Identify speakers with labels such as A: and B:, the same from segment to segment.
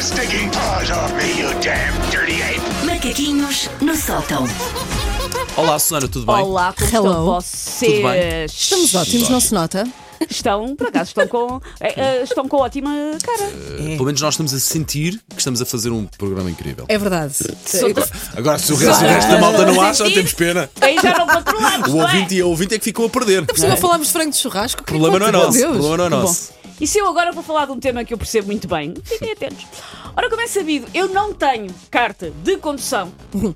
A: stinking paws off me, you damn dirty ape!
B: Macaquinhos no sótão.
C: Olá, Susana, tudo bem?
D: Olá, como estão
E: Hello.
D: vocês?
C: Tudo bem?
E: Estamos ótimos, não se nota?
D: Estão, por acaso, estão com, eh, eh, estão com ótima cara.
C: eh, Pelo menos nós estamos a sentir que estamos a fazer um programa incrível.
E: É verdade.
C: Agora, se o resto, se o resto da malta não acha, temos pena.
D: Aí já não controlamos,
C: O
D: é não é?
C: ouvinte, o ouvinte é que ficou a perder.
E: Por cima falámos de frango de churrasco.
C: O problema não é nosso. O
E: Deus.
C: problema
D: Tá
C: não é nosso.
D: E se eu agora vou falar de um tema que eu percebo muito bem, fiquem atentos. Ora, como é sabido, eu não tenho carta de condução.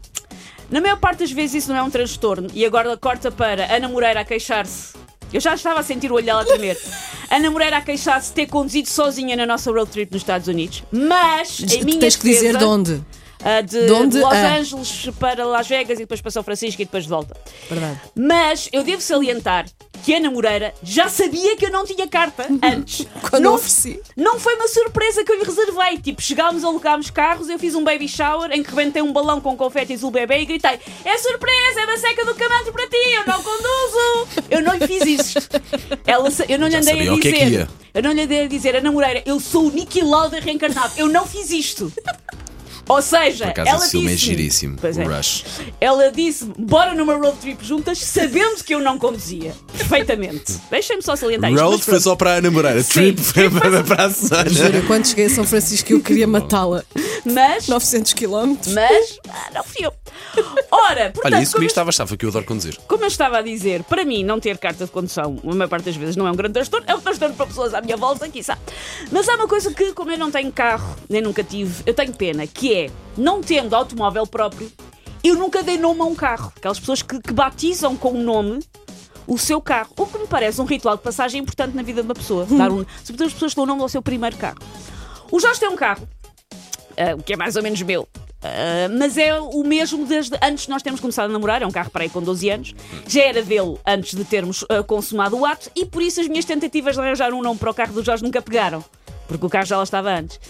D: Na maior parte das vezes isso não é um transtorno. E agora corta para Ana Moreira a queixar-se. Eu já estava a sentir o olho dela tremer. Ana Moreira a queixar-se de ter conduzido sozinha na nossa road trip nos Estados Unidos. Mas, em minha
E: Tens que dizer
D: defesa-
E: de onde.
D: Ah, de,
E: De onde
D: de Los
E: a?
D: Angeles para Las Vegas e depois para São Francisco e depois de volta.
E: Verdade.
D: Mas eu devo salientar que Ana Moreira já sabia que eu não tinha carta antes.
E: Quando
D: não,
E: ofereci.
D: não foi uma surpresa que eu lhe reservei. Tipo, chegámos, alugámos carros, eu fiz um baby shower em que rebentei um balão com confete azul bebê e gritei: É surpresa, é uma seca do camanto para ti, eu não conduzo. Eu não lhe fiz isto. Ela sa- eu não lhe
C: Já
D: andei a
C: sabia o
D: dizer.
C: que é que ia.
D: Eu não lhe andei a dizer, Ana Moreira, eu sou o Niki Lauda reencarnado. Eu não fiz isto. Ou seja,
C: Por acaso,
D: ela
C: esse filme é
D: disse-me-
C: giríssimo.
D: Pois
C: o
D: é.
C: Rush.
D: Ela disse bora numa road trip juntas, sabendo que eu não conduzia. Perfeitamente. Deixem-me só salientar isto.
C: Road
D: mas
C: foi
D: pronto.
C: só para a Ana Moreira. Trip foi para para a Susana.
E: Juro, quando cheguei a São Francisco eu queria matá-la.
D: Mas,
E: 900 quilómetros.
D: mas ah, não fui eu. Ora, portanto,
C: Olha, isso
D: como,
C: comigo
D: eu,
C: estava, estava, que eu adoro conduzir.
D: como eu estava a dizer, para mim não ter carta de condução, a maior parte das vezes não é um grande transtorno, é um transtorno para pessoas à minha volta, quiçá. Mas há uma coisa que, como eu não tenho carro, nem nunca tive, eu tenho pena, que é, não tendo automóvel próprio, eu nunca dei nome a um carro. Aquelas pessoas que, que batizam com um nome o seu carro. O que me parece um ritual de passagem importante na vida de uma pessoa. Dar um, sobretudo as pessoas que dão o nome ao seu primeiro carro. O Jorge tem um carro, ah, o que é mais ou menos meu. Ah, mas é o mesmo desde antes de nós termos começado a namorar, é um carro para aí com 12 anos, já era dele antes de termos ah, consumado o ato, e por isso as minhas tentativas de arranjar um nome para o carro do Jorge nunca pegaram, porque o carro já lá estava antes.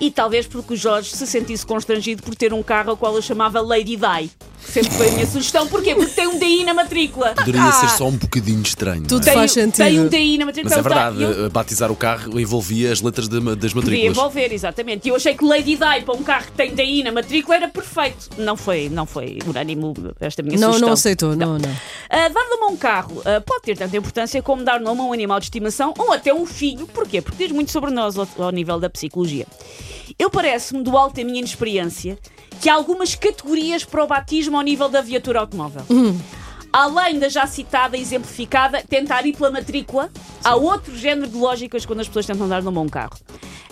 D: E talvez porque o Jorge se sentisse constrangido por ter um carro ao qual eu chamava Lady Di. Sempre foi a minha sugestão, porquê? Porque tem um DI na matrícula.
C: Poderia ser só um bocadinho estranho.
E: Tudo
C: não é?
E: faz
D: tem,
E: sentido.
D: tem um DI na matrícula.
C: Mas é
D: então tá,
C: verdade,
D: eu-
C: batizar o carro envolvia as letras de- das
D: Podia
C: matrículas.
D: envolver, exatamente. E eu achei que Lady Di para um carro que tem daí na matrícula era perfeito. Não foi, não foi unânime esta minha
E: Não,
D: sugestão.
E: não aceitou, não, não.
D: Ah, dar nome a um carro ah, pode ter tanta importância como dar nome a um animal de estimação ou até um filho. Porquê? Porque diz muito sobre nós ao, ao nível da psicologia. Eu parece-me, do alto da minha inexperiência, que há algumas categorias para o batismo ao nível da viatura automóvel. Além da já citada e exemplificada, tentar ir pela matrícula, há outro género de lógicas quando as pessoas tentam dar nome a um carro.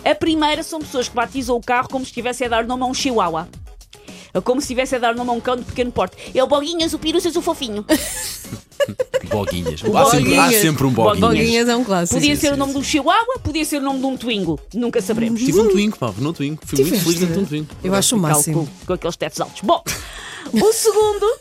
D: A primeira são pessoas que batizam o carro como se estivessem a dar nome a um chihuahua. Como se estivesse a dar nome a um cão de pequeno porte. É o Boguinhas, o Piruças, o Fofinho.
C: Boguinhas. Há sempre, há
E: Boguinhas.
C: sempre um boguinhas.
E: Boguinhas é um clássico.
D: Podia ser
C: sim,
D: o nome de um chihuahua, podia ser o nome de um twingo. Nunca saberemos.
C: Tive um twingo, pá, no twingo. Fui muito
E: Tiveste?
C: feliz dentro de um twingo.
E: Eu acho o máximo.
D: Calculo, com aqueles tetos altos. Bom, o segundo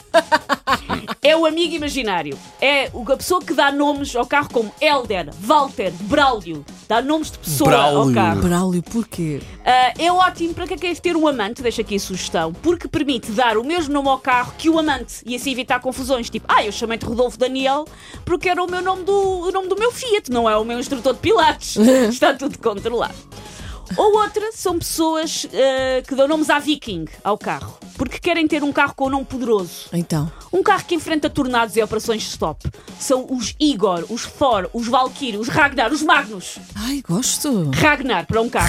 D: é o amigo imaginário. É o- a pessoa que dá nomes ao carro como Helder, Walter, Braulio. Dá nomes de pessoa ao
C: Braulio.
D: carro.
E: Braulio, porquê?
D: Ah, é ótimo para quem quer ter um amante, deixa aqui a sugestão, porque permite dar o mesmo nome ao carro que o amante e assim evitar confusões. Tipo, ah, eu chamei-te Rodolfo Daniel porque era o meu nome do, o nome do meu Fiat, não é o meu instrutor de Pilates. Está tudo controlado. Ou outra são pessoas ah, que dão nomes à Viking ao carro, porque querem ter um carro com um nome poderoso.
E: Então,
D: Um carro que enfrenta tornados e operações stop. São os Igor, os Thor, os Valkyrie, os Ragnar, os Magnus.
E: ai, gosto.
D: Ragnar para um carro,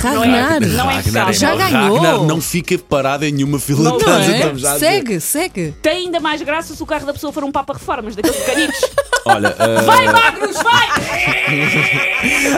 D: não é?
E: Ragnar.
D: Não é
C: Ragnar
D: impossível.
C: mau.
E: Já ganhou.
C: Ragnar não fica parado em nenhuma fila
D: Não
C: de
E: Não
C: trânsito.
E: é?
C: estamos já a dizer.
E: Segue, segue.
D: Tem ainda mais graça se o carro da pessoa for um Papa Reformas, daqueles pequenitos.
C: Olha, eh,
D: Vai, Magnus, vai!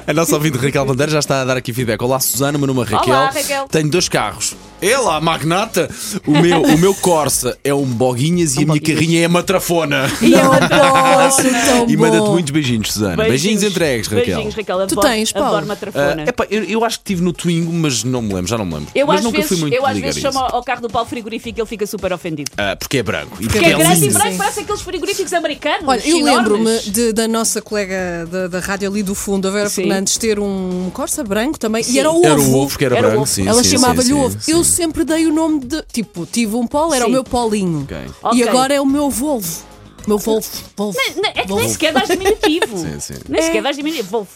C: a nossa ouvinte Raquel Bandeira já está a dar aqui feedback. Olá, Susana, meu nome é Raquel.
D: Olá, Raquel.
C: Tenho dois carros. Ela, a magnata. O meu, o meu Corsa é um boguinhas e a minha carrinha é uma trafona.
D: E eu
E: Nossa,
D: É
E: tão
C: E manda-te um
E: bom.
C: muitos beijinhos, Susana. Beijinhos, entregues, Raquel.
D: um Beijinhos, Raquel. Adoro,
E: Tu tens, Paulo?
D: Adoro uma trafona.
C: Ah, epá, eu, eu acho que tive no Twingo, mas não me lembro, já não me lembro.
D: eu
C: é, mas
D: às
C: nunca
D: vezes,
C: fui muito
D: eu às
C: ligar
D: vezes
C: a isso.
D: chamo ao carro do Paulo frigorífico e ele fica super ofendido.
C: Ah, porque é branco. E um
D: Porque é grande e
C: lindo.
D: branco, parece aqueles frigoríficos americanos.
E: Olha, eu
D: enormes.
E: lembro-me de- da nossa colega da, da rádio ali do fundo, a Vera
D: Sim.
E: Fernandes, ter um Corsa branco também. E era o ovo.
C: Era o ovo que era,
D: Era o
C: branco,
D: ovo.
C: sim.
E: Ela
C: sim,
E: chamava-lhe
C: sim,
E: o
C: sim,
E: ovo.
C: sim.
E: Eu sempre dei o nome de. Tipo, tive um polo, era
D: Sim.
E: o meu polinho.
C: Ok.
E: E
D: Ok.
E: agora é o meu Volvo. Meu Wolf, Wolf.
D: Nem- nem- É que nem sequer dás diminutivo.
C: Sim, sim.
D: Nem sequer
E: É.
D: dás diminutivo. Wolf.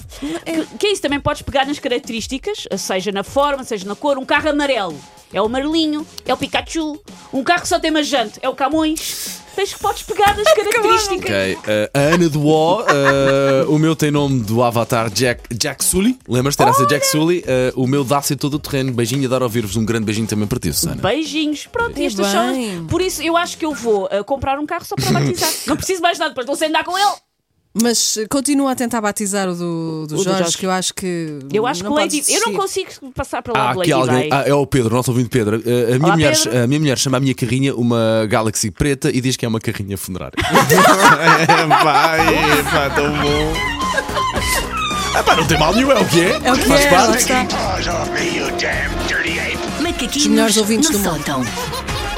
D: Que, que é isso, também podes pegar nas características, seja na forma, seja na cor. Um carro amarelo é o Marlinho, é o Pikachu. Um carro que só tem uma jante é o Camões. Tens que podes pegar nas características.
C: Ok, eh, a Ana do O, eh, o meu tem nome do avatar Jack, Jack Sully. Lembras-te? Era essa Jack Sully. Eh, o meu dá-se todo o terreno. Beijinho a dar a ouvir-vos. Um grande beijinho também para ti, Susana.
D: Beijinhos, pronto, e estas
E: bem.
D: são. Por isso, eu acho que eu vou uh, comprar um carro só para batizar. não preciso mais nada, depois não sei andar com ele.
E: Mas eh, continua a tentar batizar o do, do
D: do
E: Jorge,
D: Jorge.
E: que eu acho que.
D: Eu acho
E: não
D: que
E: pode
D: Lady. Eu não
E: desistir.
D: consigo passar para
C: Há
D: lá de
C: aqui
D: Lady
C: alguém.
D: Di.
C: Ah, é o Pedro, o nosso ouvinte Pedro. Eh, a, minha
D: Olá,
C: mulher,
D: Pedro.
C: a minha mulher chama a minha carrinha uma Galaxy preta e diz que é uma carrinha funerária.
A: Vai, pá, tão bom.
C: ah, pá, não tem mal nenhum, é o que é.
E: É o que
C: Faz
E: é, lá
C: parte.
E: está.
A: Paws off me, you damn dirty ape!
B: Macaquinhos
E: melhores ouvintes
B: no
E: do mundo.
B: sótão.